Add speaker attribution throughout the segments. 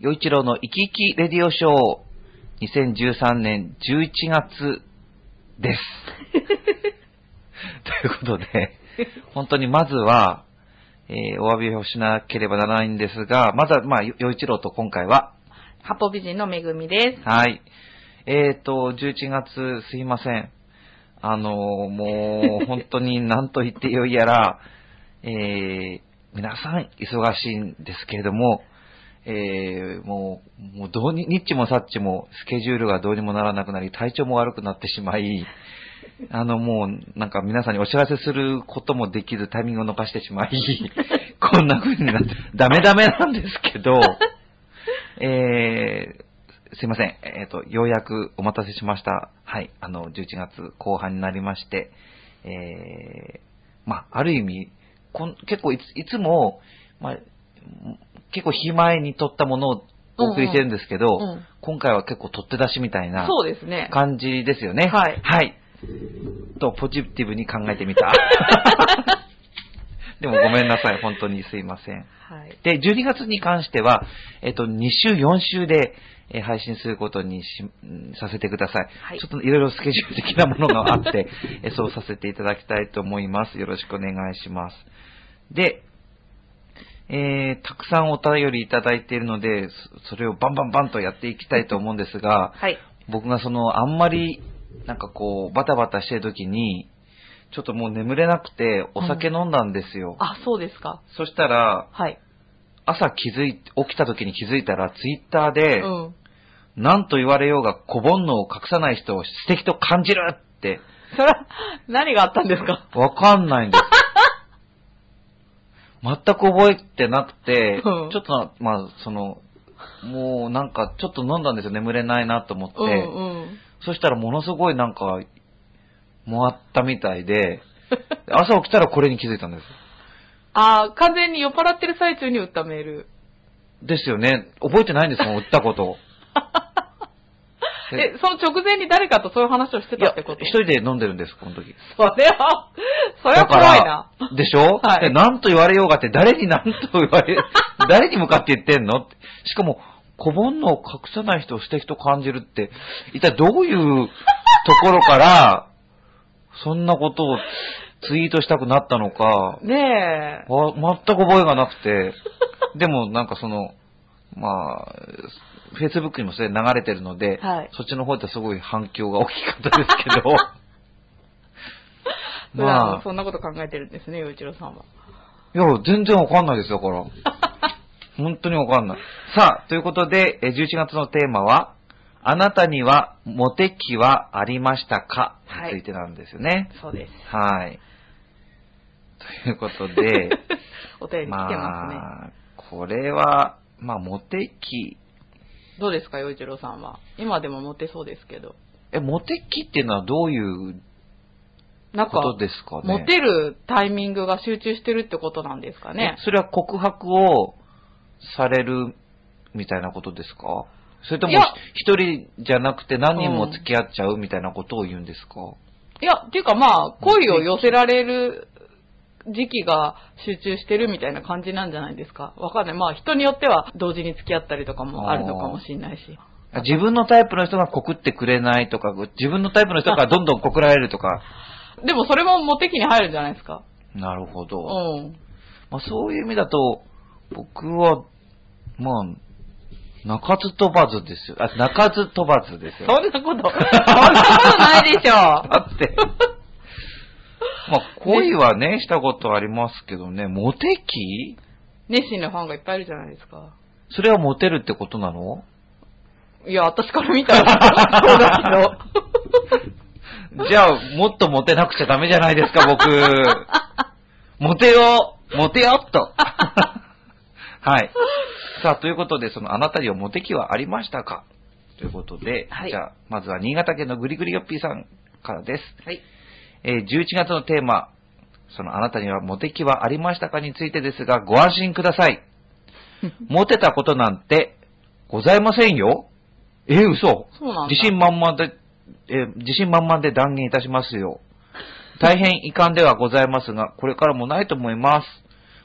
Speaker 1: 洋一郎の生き生きレディオショー、2013年11月です。ということで、本当にまずは、えーお詫びをしなければならないんですが、まずは、まあ、よ洋一郎と今回は、
Speaker 2: 八方美人のめぐみです。
Speaker 1: はい。えーと、11月、すいません。あのーもう、本当に何と言ってよいやら、 えー皆さん忙しいんですけれども、えーもう、もうどうに、ニッチもサッチもスケジュールがどうにもならなくなり、体調も悪くなってしまい、あのもう、なんか皆さんにお知らせすることもできずタイミングを逃してしまい、 こんな風になって、ダメダメなんですけ ど、えー、すいません。えっ、と、ようやくお待たせしました。はい。あの、11月後半になりまして、えー、まあ、ある意味、こん結構いつ、いつも、まあ、結構日前に撮ったものをお送りしてるんですけど、
Speaker 2: うん
Speaker 1: 今回は結構取って出しみたいな
Speaker 2: そうですね。
Speaker 1: 感じですよね。
Speaker 2: はい
Speaker 1: はい。と、ポジティブに考えて みた。でもごめんなさい。本当にすいません。
Speaker 2: はい。
Speaker 1: で、12月に関しては、えっと、2週、4週で、えー配信することにし、んさせてください。
Speaker 2: はい
Speaker 1: ちょっといろいろスケジュール的なものがあって、えーそうさせていただきたいと思います。よろしくお願いします。で、えーたくさんお便りいただいているので、そそれをバンバンバンとやっていきたいと思うんですが、
Speaker 2: はい。
Speaker 1: 僕がその、あんまり、なんかこう、バタバタしてる時に、ちょっともう眠れなくて、お酒飲んだんですよ。
Speaker 2: あ、そうですか。
Speaker 1: そしたら、
Speaker 2: はい。
Speaker 1: 朝気づい、起きた時に気づいたら、ツイッターで、
Speaker 2: うん。
Speaker 1: なんと言われようが、小煩悩を隠さない人を素敵と感じるって、
Speaker 2: それは、何があったんですか
Speaker 1: わかん ないんです。全く覚えてなくて、
Speaker 2: うん
Speaker 1: ちょっとな、まあ、その、もうなんか、ちょっと飲んだんですよ、眠れないなと思って。
Speaker 2: うんうん。
Speaker 1: そしたらものすごいなんか、もらったみたいで、 朝起きたらこれに気づいたんです。
Speaker 2: あー完全に酔っ払ってる最中に打ったメール。
Speaker 1: ですよね。覚えてないんです もん、売ったこと。
Speaker 2: え、その直前に誰かとそういう話をして
Speaker 1: い
Speaker 2: た
Speaker 1: や
Speaker 2: ってこと
Speaker 1: 一人で飲んでるんです、この時。
Speaker 2: それは、それは怖いな。
Speaker 1: だからでしょ、
Speaker 2: はい
Speaker 1: でなんと言われようがって、誰になんと言わ れ、誰に向かって言ってんのってしかも、小煩悩を隠さない人を素敵と感じるって、一体どういうところから、そんなことをツイートしたくなったのか、
Speaker 2: ねえ。
Speaker 1: わ全く覚えがなくて、でもなんかその、まあ、Facebook にもそれ流れてるので、
Speaker 2: はい
Speaker 1: そっちの方ってすごい反響が大きかったです けど、
Speaker 2: 普段そんなこと考えてるんですね、洋一郎さんは。
Speaker 1: いや、全然わかんないですよ、これ。本当にわかんない。さあ、ということで、えー11月のテーマは、あなたにはモテ期はありましたか
Speaker 2: はい
Speaker 1: についてなんですよね。
Speaker 2: そうです。
Speaker 1: はい。ということで、
Speaker 2: お便り来てますね。
Speaker 1: まあ、これは、まあ、モテ期、
Speaker 2: どうですか、洋一郎さんは。今でもモテそうですけど。
Speaker 1: え、モテ期っていうのはどういう
Speaker 2: なんか、
Speaker 1: ことですかね
Speaker 2: モテるタイミングが集中してるってことなんですかね
Speaker 1: え。それは告白をされるみたいなことですかそれとも
Speaker 2: いや
Speaker 1: 一人じゃなくて何人も付き合っちゃうみたいなことを言うんですか、
Speaker 2: いや、っていうかまあ、恋を寄せられる時期が集中してるみたいな感じなんじゃないですか。わかんない。まあ、人によっては同時に付き合ったりとかもあるのかもしれないし。
Speaker 1: 自分のタイプの人が告ってくれないとか、自分のタイプの人がどんどん告られるとか。
Speaker 2: でもそれもモテ期に入るんじゃないですか。
Speaker 1: なるほ
Speaker 2: う
Speaker 1: ど。
Speaker 2: ん。
Speaker 1: まあ、そういう意味だと、僕は、まあ、鳴かず飛ばずですよ。あ、鳴かず飛ばずです
Speaker 2: そ
Speaker 1: よ。
Speaker 2: んな こと、そんなことないでしょ。
Speaker 1: だって、まあ、恋はね、したことありますけどね、モテ期
Speaker 2: 熱心なファンがいっぱいいるじゃないですか。
Speaker 1: それはモテるってことなの
Speaker 2: いや、私から見たらそうだけど。
Speaker 1: じゃあ、もっとモテなくちゃダメじゃないですか、 僕。モテようモテよっと はい。さあ、ということで、その、あなたにはモテ期はありましたかということで、
Speaker 2: はい
Speaker 1: じゃあ、まずは新潟県のぐりぐりよっぴーさんからです。
Speaker 2: はい。
Speaker 1: えー11月のテーマ、その、あなたにはモテ期はありましたかについてですが、ご安心くださ い。モテたことなんて、ございませんよ。えー嘘。
Speaker 2: そうなんだ
Speaker 1: 自信満々で、えー自信満々で断言いたしますよ。大変遺憾ではございますが、これからもないと思います。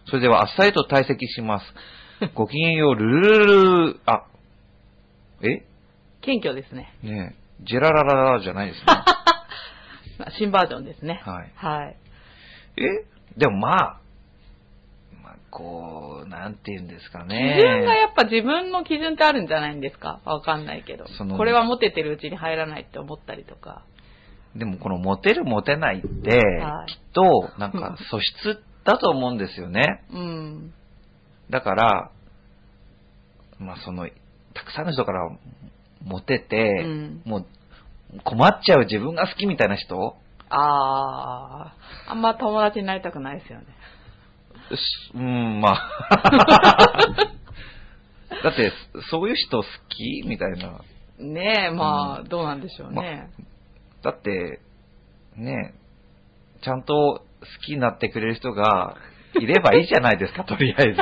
Speaker 1: それではあっさりと退席します。ごきげんよう、ルルルル、あ、え
Speaker 2: 謙虚ですね。
Speaker 1: ねえ、ジェララララじゃないですね。
Speaker 2: まあ新バージョンですね。
Speaker 1: はい
Speaker 2: はい。
Speaker 1: えでもまあ、まあ、こう、なんて言うんですかね。
Speaker 2: 基準がやっぱ自分の基準ってあるんじゃないんですかわかんないけど
Speaker 1: その。
Speaker 2: これはモテてるうちに入らないって思ったりとか。
Speaker 1: でもこのモテるモテないって、
Speaker 2: はい
Speaker 1: きっと、なんか素質だと思うんですよね。
Speaker 2: うん。
Speaker 1: だから、まあその、たくさんの人からモテて、
Speaker 2: うん
Speaker 1: もう困っちゃう自分が好きみたいな人
Speaker 2: あー。あんま友達になりたくないですよね。
Speaker 1: しうん、まあ。 だって、そういう人好きみたいな。
Speaker 2: ねえ、まあ、どうなんでしょうね。
Speaker 1: だって、ねえ、ちゃんと好きになってくれる人がいればいいじゃないですか、とりあえず。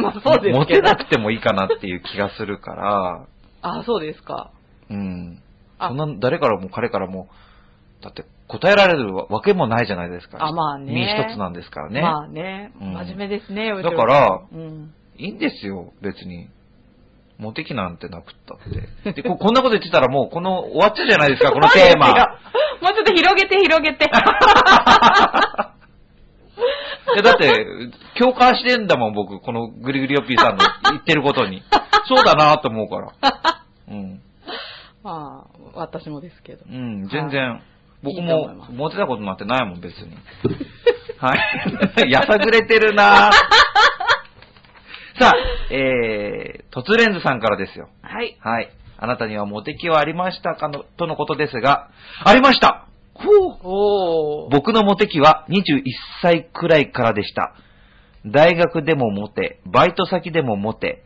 Speaker 2: まあ、 そうで
Speaker 1: モ
Speaker 2: す
Speaker 1: テ
Speaker 2: けど
Speaker 1: な。くてもいいかなっていう気がするから、
Speaker 2: あ、そうですか。
Speaker 1: うん。
Speaker 2: あ
Speaker 1: そんな、誰からも彼からも、だって答えられるわけもないじゃないですか。
Speaker 2: あまあね
Speaker 1: 身一つなんですからね。
Speaker 2: まあね、
Speaker 1: うん
Speaker 2: 真面目ですね、うち
Speaker 1: だ
Speaker 2: の
Speaker 1: から、
Speaker 2: うん。
Speaker 1: いいんですよ、別に。モテ期なんてなくったって。でこ、こんなこと言ってたらもう、この、終わっちゃうじゃないです か、このテー
Speaker 2: 違
Speaker 1: マ。
Speaker 2: う。もうちょっと広げて、広げて。
Speaker 1: いやだって、共感してんだもん、僕、このグリグリオピーさんの言ってることに。そうだなと思うから。うん。
Speaker 2: まあ、私もですけど。
Speaker 1: うん、全然。僕
Speaker 2: いいと思い
Speaker 1: も
Speaker 2: ます
Speaker 1: モテたことなんてないもん、別 に。はい。 やさぐれてる なさあ、えー、突レンズさんからですよ。
Speaker 2: はい。
Speaker 1: はい。あなたにはモテ期はありましたかの、とのことですが、ありましたほう
Speaker 2: おー。
Speaker 1: 僕のモテ期は21歳くらいからでした。大学でもモテ、バイト先でもモテ、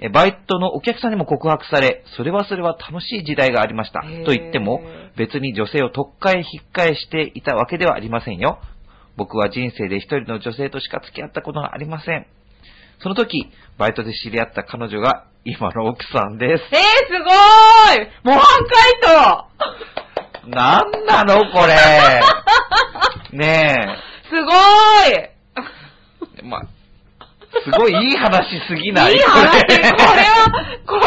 Speaker 1: えバイトのお客さんにも告白され、それはそれは楽しい時代がありました
Speaker 2: へ。ー
Speaker 1: と言っても、別に女性を特会引っ返していたわけではありませんよ。僕は人生で一人の女性としか付き合ったことがありません。その時、バイトで知り合った彼女が今の奥さん です。
Speaker 2: えー、すごーい模範解答
Speaker 1: なんなのこれ。ねえ。
Speaker 2: すごーい
Speaker 1: まあ、すごいいい話すぎない
Speaker 2: い話これ
Speaker 1: は
Speaker 2: は、これ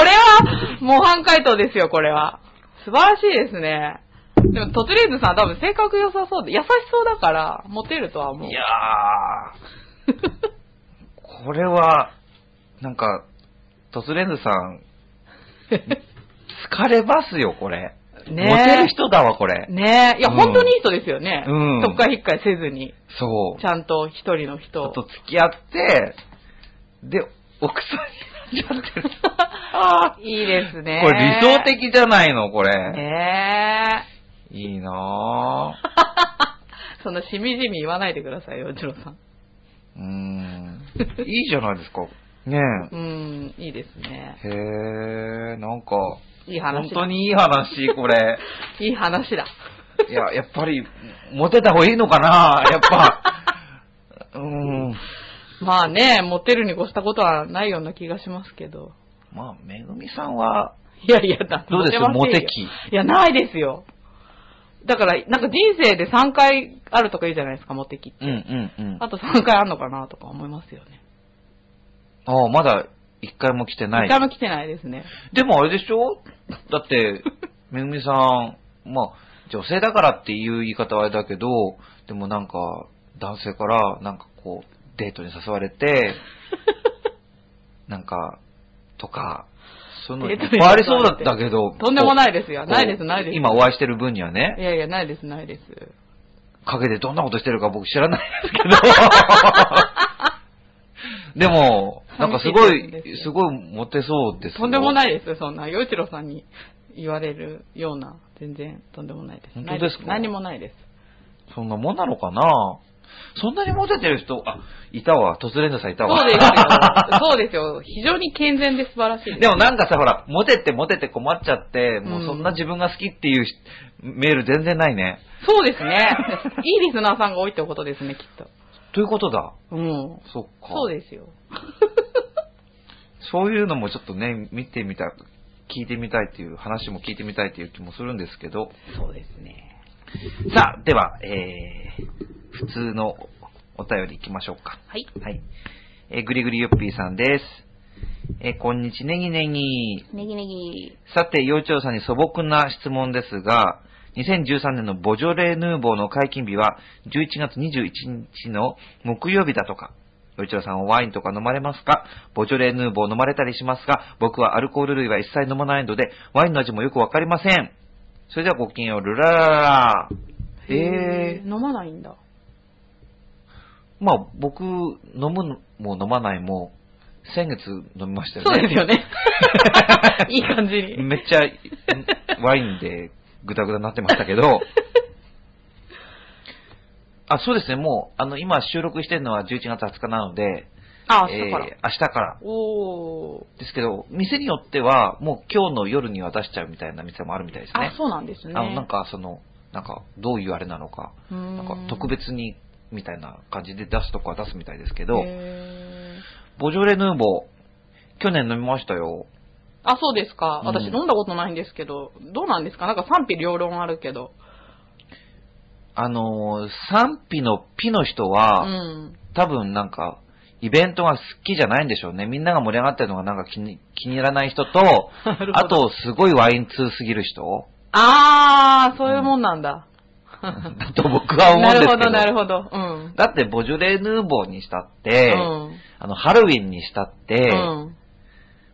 Speaker 2: は、模範解答ですよ、これは。素晴らしいですね。でも、トトレーズさん多分性格良さそうで、優しそうだから、モテるとは思う。
Speaker 1: いやー、これは、なんか、トスレンズさん、疲れますよ、これ。
Speaker 2: ねえ
Speaker 1: モテる人だわ、これ。
Speaker 2: ねえ。いや、
Speaker 1: うん
Speaker 2: 本当にいい人ですよね。
Speaker 1: うん
Speaker 2: 特会引っかえせずに。
Speaker 1: そう。
Speaker 2: ちゃんと一人の人
Speaker 1: ちょ
Speaker 2: を
Speaker 1: っと。付き合って、で、奥さんになっちゃってる。あ
Speaker 2: いいです
Speaker 1: ー
Speaker 2: ね。
Speaker 1: これ理想的じゃないの、これ。
Speaker 2: ねえ。
Speaker 1: いいなぁ。
Speaker 2: そんなしみじみ言わないでくださいよ、ジローさん。
Speaker 1: うーん。いいじゃないですか。ねえ。
Speaker 2: うん、いいですね。
Speaker 1: へえ、なんか、
Speaker 2: いい
Speaker 1: 本
Speaker 2: 話
Speaker 1: 当
Speaker 2: だ。
Speaker 1: にいい話、これ。
Speaker 2: いい話だ。
Speaker 1: いや、やっぱり、モテた方がいいのかなやっ ぱ。うん。
Speaker 2: まあね、モテるに越したことはないような気がしますけど。
Speaker 1: まあ、めぐみさんは、
Speaker 2: いやいや、だ
Speaker 1: どうです
Speaker 2: モ
Speaker 1: モ
Speaker 2: テませんよ
Speaker 1: テ期。
Speaker 2: いや、ないですよ。だから、なんか人生で3回あるとか言うじゃないですか、モテ期って。
Speaker 1: うんうんうん。あ
Speaker 2: あと3回あるのかなとか思いますよね。
Speaker 1: あ、まだ一回も来てな
Speaker 2: 一回
Speaker 1: い。
Speaker 2: も来てないですね。
Speaker 1: でもあれでしょだって、めぐみさん、まあ、女性だからっていう言い方はあれだけど、でもなんか、男性から、なんかこう、デートに誘われて、 なんか、とか、そういうのい
Speaker 2: デ
Speaker 1: っ
Speaker 2: ー
Speaker 1: ぱ
Speaker 2: トに誘
Speaker 1: い
Speaker 2: わ
Speaker 1: あ
Speaker 2: れ
Speaker 1: り
Speaker 2: て
Speaker 1: そうだったけど。。
Speaker 2: とんでもないいですよ。
Speaker 1: こう
Speaker 2: ないです、ないです。
Speaker 1: 今お会いしてる分にはね
Speaker 2: い、やいや、ないです、ないです。
Speaker 1: 陰でどんなことしてるか僕知らないですけど。 でも、なんかすご
Speaker 2: 楽しい
Speaker 1: い
Speaker 2: ですね、
Speaker 1: すごいモテそうですよ
Speaker 2: とんでもないですよ、そんな。洋一郎さんに言われるような、全然とんでもないです。
Speaker 1: 本当ですか
Speaker 2: ない何もないです。
Speaker 1: そんなもんなのかなそんなにモテてる人、あ、いたわ、突然のさんいた
Speaker 2: そ
Speaker 1: わ。
Speaker 2: うですよ。そうですよ。非常に健全で素晴らしいです。
Speaker 1: でもなんかさ、ほら、モテてモテて困っちゃって、もううんそんな自分が好きっていうしメール全然ないね。
Speaker 2: そうですね。いいリスナーさんが多いってことですね、きっ
Speaker 1: ということだ。
Speaker 2: と。うん。
Speaker 1: そっか。
Speaker 2: そうですよ。
Speaker 1: そういうのもちょっとね、見てみた、聞いてみたいっていう、話も聞いてみたいっていう気もするんですけど。
Speaker 2: そうですね。
Speaker 1: さあ、では、えー、普通のお便り行きましょうか。
Speaker 2: はい。
Speaker 1: はい。えー、ぐりぐりよっぴーさんです。えーこんにちネギネギ。
Speaker 3: ネギネギ。
Speaker 1: さて、幼鳥さんに素朴な質問ですが、2013年のボジョレーヌーボーの解禁日は11月21日の木曜日だとか。幼鳥さんはワインとか飲まれますかボジョレーヌーボー飲まれたりしますが、僕はアルコール類は一切飲まないので、ワインの味もよくわかりません。それではごきげんよう、ルララララ。えー、
Speaker 2: 飲まないんだ。
Speaker 1: まあ僕、飲むも飲まないも、先月飲みましたよね。
Speaker 2: そ うですよね。いい感じに。
Speaker 1: めっちゃんワインでグダグダになってましたけ ど、あ、そうですね、もう、あの、今収録してるのは11月20日なので、
Speaker 2: あ、
Speaker 1: え
Speaker 2: 明
Speaker 1: ー
Speaker 2: 日から。
Speaker 1: 明日から。
Speaker 2: おー。
Speaker 1: ですけど、店によっては、もう今日の夜には出しちゃうみたいな店もあるみたいです
Speaker 2: あ
Speaker 1: ね、。
Speaker 2: そうなんですね。
Speaker 1: あの、なんか、その、なんか、どういうあれなのか、
Speaker 2: うーん、
Speaker 1: な
Speaker 2: なん
Speaker 1: か、特別に、みたいな感じで出すとこは出すみたいですけ
Speaker 2: ど
Speaker 1: ど、ボジョレ・ヌーボー、去年飲みましたよ。
Speaker 2: あ、そうですか。
Speaker 1: うん
Speaker 2: 私飲んだことないんですけど、どうなんですかなんか賛否両論あるけど。
Speaker 1: あのー賛否のピの人
Speaker 2: う
Speaker 1: は、
Speaker 2: ん。
Speaker 1: 多分なんか、イベントが好きじゃないんでしょうね。みんなが盛り上がってるのがなんか気に気に入らない人 と、あと、すごいワイン通すぎる人
Speaker 2: あー、そういうもんなんだ。
Speaker 1: だと僕は思うん
Speaker 2: な
Speaker 1: ですけ
Speaker 2: る
Speaker 1: ど。
Speaker 2: ほど、なるほど。うん。
Speaker 1: だって、ボジョレ・ヌーボーにしたって、
Speaker 2: うん
Speaker 1: あの、ハロウィンにしたって、
Speaker 2: うん。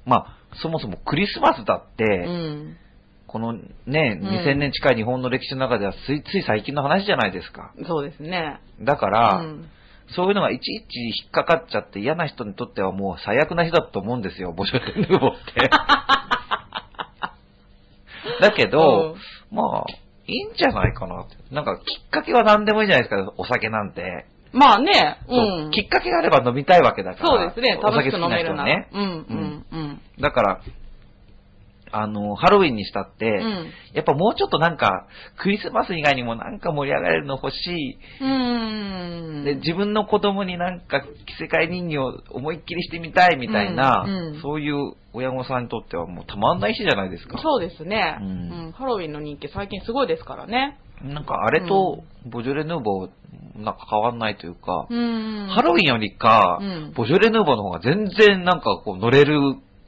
Speaker 1: まあ、そもそもクリスマスだって、
Speaker 2: うん。
Speaker 1: このね、
Speaker 2: うん
Speaker 1: 2000年近い日本の歴史の中ではついつい最近の話じゃないですか。
Speaker 2: そうですね。
Speaker 1: だか
Speaker 2: う
Speaker 1: ら、
Speaker 2: ん。
Speaker 1: そういうのがいちいち引っかかっちゃって嫌な人にとってはもう最悪な日だと思うんです よ、ボジョレ・ヌーボーって。だけど、まあ、いいんじゃないかなって。なんかきっかけは何でもいいじゃないですか、お酒なんて。
Speaker 2: まあね、う。
Speaker 1: そうんきっかけがあれば飲みたいわけだから。
Speaker 2: そうですね。
Speaker 1: お
Speaker 2: 楽
Speaker 1: 酒
Speaker 2: しく
Speaker 1: 好き
Speaker 2: 飲
Speaker 1: な
Speaker 2: め
Speaker 1: 人は
Speaker 2: るな。
Speaker 1: ね。
Speaker 2: うん、うん、うん。
Speaker 1: だから、あの、ハロウィンにしたって、
Speaker 2: うん
Speaker 1: やっぱもうちょっとなんか、クリスマス以外にもなんか盛り上がれるの欲しい。
Speaker 2: うーん。
Speaker 1: で、自分の子供になんか、着せ替え人形を思いっきりしてみたいみたいな、
Speaker 2: うんうん
Speaker 1: そういう親御さんにとってはもうたまんない日じゃないですか。
Speaker 2: そうですね、
Speaker 1: う
Speaker 2: うんんハロウィンの人気最近すごいですからね。
Speaker 1: なんかあれと、ボジョレ・ヌーボー、なんか変わんないというか、
Speaker 2: うん。
Speaker 1: ハロウィンよりか、
Speaker 2: うん
Speaker 1: ボジョレ・ヌーボーの方が全然なんかこう乗れる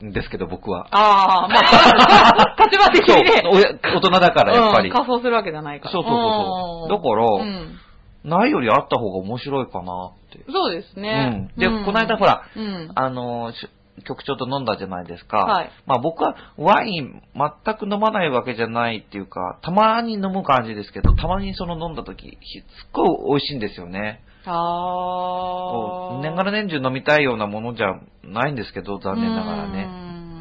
Speaker 1: んですけど、僕は。
Speaker 2: ああ、まあ、 立場的
Speaker 1: そう
Speaker 2: にね。、
Speaker 1: おや大人だからやっぱり。
Speaker 2: うん、仮装するわけじゃないから。
Speaker 1: そうそうそうそうんだから
Speaker 2: うん
Speaker 1: ないよりあった方が面白いかなって。
Speaker 2: そうですね。
Speaker 1: うんでこの間ほら
Speaker 2: うん。
Speaker 1: あのー、し局長と飲んだじゃないですか。
Speaker 2: はい
Speaker 1: まあ僕はワイン全く飲まないわけじゃないっていうか、たまに飲む感じですけど、たまにその飲んだ時、ひすっごい美味しいんですよね。
Speaker 2: あ
Speaker 1: こ
Speaker 2: あ。
Speaker 1: う年がら年中飲みたいようなものじゃないんですけど、残念ながらね。
Speaker 2: ね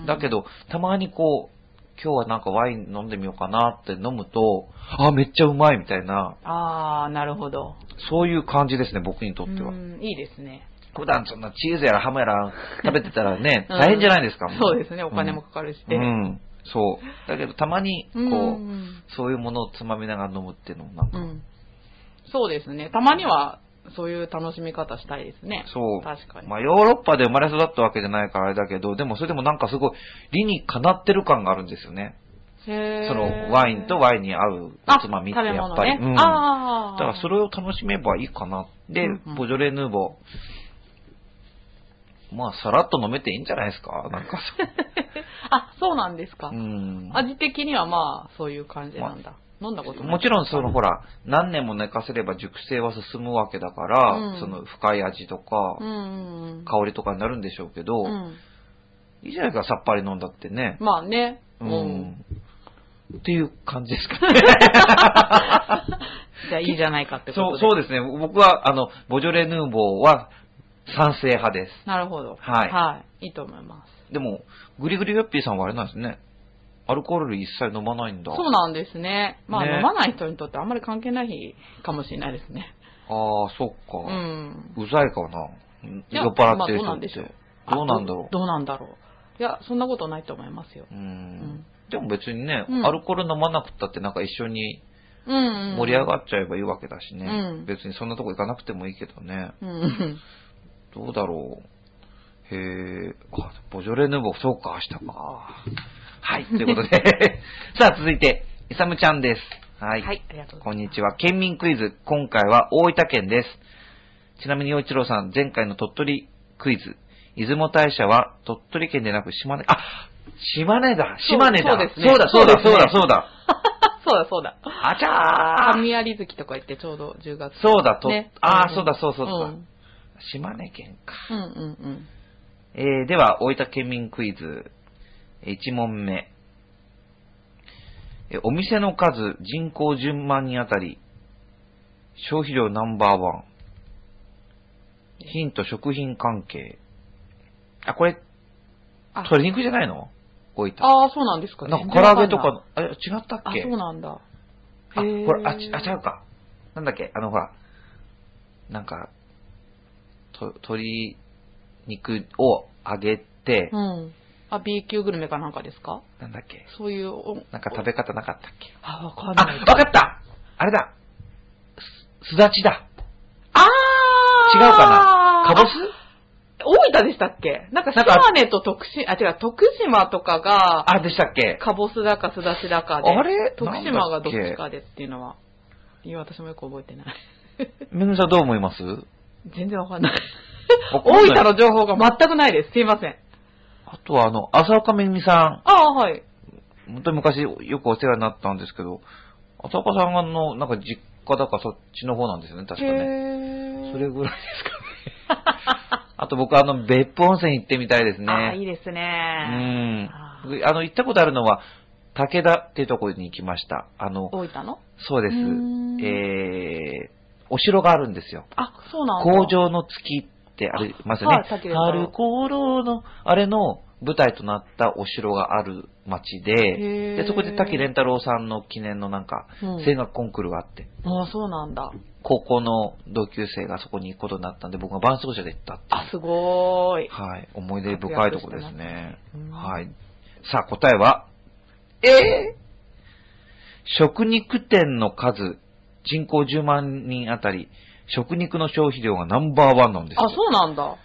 Speaker 1: だけ
Speaker 2: ど、
Speaker 1: ど、たまにこう、今日はなんかワイン飲んでみようかなって飲むと、あ、めっちゃうまいみたいな、
Speaker 2: ああ、なるほど。
Speaker 1: そういう感じですね、僕にとっては。
Speaker 2: うんいいですね。
Speaker 1: 普段そんなチーズやらハムやら食べてたらね、
Speaker 2: うん
Speaker 1: 大変じゃないですか。
Speaker 2: そうですね。お金もかかるし
Speaker 1: う
Speaker 2: で。
Speaker 1: ん。うんそう。だけどたまに、こう、
Speaker 2: うん
Speaker 1: そういうものをつまみながら飲むっていうのもなんか、
Speaker 2: うんそうですね。たまには、そういう楽しみ方したいですね。
Speaker 1: そう。
Speaker 2: 確かに。
Speaker 1: まあヨーロッパで生まれ育ったわけじゃないからあれだけど、でもそれでもなんかすごい理にかなってる感があるんですよね。
Speaker 2: へー
Speaker 1: そのワインとワインに合うおつまみって
Speaker 2: あ食
Speaker 1: やっ
Speaker 2: べ物
Speaker 1: ぱり。
Speaker 2: ね
Speaker 1: うん
Speaker 2: あ
Speaker 1: だ
Speaker 2: あ。
Speaker 1: からそれを楽しめばいいかな。で、
Speaker 2: うんうん
Speaker 1: ボジョレ・ヌーボー。まあ、さらっと飲めていいんじゃないですかなんか そ
Speaker 2: あ、そうなんですか。
Speaker 1: う。うん。
Speaker 2: 味的にはまあ、そういう感じなんだ。飲んだことない。
Speaker 1: もちろんそのほら、何年も寝かせれば熟成は進むわけだから、
Speaker 2: うん
Speaker 1: その深い味とか、
Speaker 2: うんうんうん。
Speaker 1: 香りとかになるんでしょうけど、
Speaker 2: うん。
Speaker 1: いいじゃないか、さっぱり飲んだってね。
Speaker 2: まあね。
Speaker 1: う。
Speaker 2: うんん。
Speaker 1: っていう感じですか ね。
Speaker 2: じゃあいいじゃないかってこ
Speaker 1: そ
Speaker 2: と
Speaker 1: う、
Speaker 2: で。
Speaker 1: そうで
Speaker 2: う
Speaker 1: すね。僕は、あの、ボジョレ・ヌーボーは賛成派です。
Speaker 2: なるほど。
Speaker 1: はい
Speaker 2: はい。いいと思います。
Speaker 1: でも、グリグリヨッピーさんはあれなんですね。アルコール類一切飲まないんだ。
Speaker 2: そうなんですね。まあ、
Speaker 1: ね
Speaker 2: 飲まない人にとってあんまり関係ない日かもしれないですね。
Speaker 1: ああ、そっか。
Speaker 2: う。
Speaker 1: うんざいかな。
Speaker 2: いや
Speaker 1: 酔っ払ってる
Speaker 2: まあどう
Speaker 1: 人
Speaker 2: な
Speaker 1: っ
Speaker 2: んでしょ
Speaker 1: て
Speaker 2: う。
Speaker 1: どうなんだろ
Speaker 2: あどうなんだろう。いや、そんなことないと思いますよ。
Speaker 1: う。うん。でも別にね、
Speaker 2: うん
Speaker 1: アルコール飲まなくったってなんか一緒に
Speaker 2: うん、うん。
Speaker 1: 盛り上
Speaker 2: っ
Speaker 1: がっちゃえばいいわけだしね。
Speaker 2: うん
Speaker 1: 別にそんなとこ行かなくてもいいけどね。
Speaker 2: うんうん。
Speaker 1: どうだろう。へえ、あ、ボジョレ・ヌーボー、そうか、明日か。はい、ということで。 さあ、続いて、イサムちゃんです。はい。
Speaker 2: はい、ありがとう
Speaker 1: こ
Speaker 2: ございます。
Speaker 1: んにちは。県民クイズ。今回は大分県です。ちなみに、陽一郎さん、前回の鳥取クイズ、出雲大社は鳥取県でなく島根、あ、島根だ
Speaker 2: そう
Speaker 1: 島根だ
Speaker 2: そうですね
Speaker 1: そうだそうだ
Speaker 2: そ
Speaker 1: そうう
Speaker 2: ですね
Speaker 1: だそうだ
Speaker 2: そうだそうだ。
Speaker 1: あちゃー
Speaker 2: 神有月とか行ってちょうど10月。
Speaker 1: そうだと、
Speaker 2: ね
Speaker 1: あ
Speaker 2: う
Speaker 1: ー
Speaker 2: ん
Speaker 1: そうだそうそうそうう、
Speaker 2: ん
Speaker 1: 島根県か。
Speaker 2: うんうん
Speaker 1: えー、では、大分県民クイズ。1問目。えーお店の数、人口10万人あたり、消費量ナンバーワン。ヒント、食品関係。あ、これ、
Speaker 2: あ
Speaker 1: 鶏肉じゃないの大分。
Speaker 2: ああ、そうなんですか
Speaker 1: なんか唐揚げとか、あ、違ったっ
Speaker 2: あ、
Speaker 1: け
Speaker 2: そうなんだ。
Speaker 1: あ、
Speaker 2: へー
Speaker 1: ほら、あ、ち、あ、違うか。なんだっけ、あの、ほら、なんか、と、鶏肉を揚げて、
Speaker 2: うん。あ、B 級グルメかなんかですか
Speaker 1: なんだっけ、
Speaker 2: そういう、お
Speaker 1: なんか食べ方なかったっけ
Speaker 2: あ、わかん
Speaker 1: あ、
Speaker 2: ない。
Speaker 1: わかったあれだす、すだちだ
Speaker 2: あ
Speaker 1: 違う
Speaker 2: ー
Speaker 1: かなかぼす
Speaker 2: 大分でしたっけなんか
Speaker 1: なんか
Speaker 2: 島根と徳島、あ、違う、徳島とかが、
Speaker 1: あ、でしたっけ
Speaker 2: かぼすだかすだしだかで、
Speaker 1: あれ
Speaker 2: 徳島がどっち
Speaker 1: なんだっ
Speaker 2: かでっていうのは、いや私もよく覚えてない。
Speaker 1: めぐみさんどう思います
Speaker 2: 全然わかんない。
Speaker 1: わかんない
Speaker 2: 大分の情報が全くないです。すいません。
Speaker 1: あとはあの、浅岡めぐみさ
Speaker 2: ああ、はい。
Speaker 1: ん、本当に昔よくお世話になったんですけど、浅岡さんがの、なんか実家だかそっちの方なんですよね、確かね。
Speaker 2: へ
Speaker 1: それぐらいですかね。 あと僕あの、別府温泉行ってみたいですね。
Speaker 2: ーああ、いいです
Speaker 1: う
Speaker 2: ね。
Speaker 1: ん
Speaker 2: あ。
Speaker 1: あの、行ったことあるのは、武田っていうところに行きました。あの、
Speaker 2: 大分の
Speaker 1: そうです
Speaker 2: うーん。
Speaker 1: えー、お城があるんですよ。
Speaker 2: あ、そうなんだ。
Speaker 1: 工場の月ってありますよ
Speaker 2: はい
Speaker 1: ね。
Speaker 2: 竹田さん
Speaker 1: 春功労の、あれの舞台となったお城がある町で、
Speaker 2: へー
Speaker 1: でそこで滝蓮太郎さんの記念のなんか、
Speaker 2: うん
Speaker 1: 声楽コンクールがあって、
Speaker 2: ああ、そうなんだ。
Speaker 1: 高校の同級生がそこに行くことになったんで、僕が伴奏者で行ったっていう
Speaker 2: あ、すごーい。
Speaker 1: はい、思い出深いところですね
Speaker 2: 活躍してますねうん。
Speaker 1: はい。さあ、答えは、えー食肉店の数、人口10万人あたり、食肉の消費量がナンバーワンなんですよ
Speaker 2: あ、そうなんだ。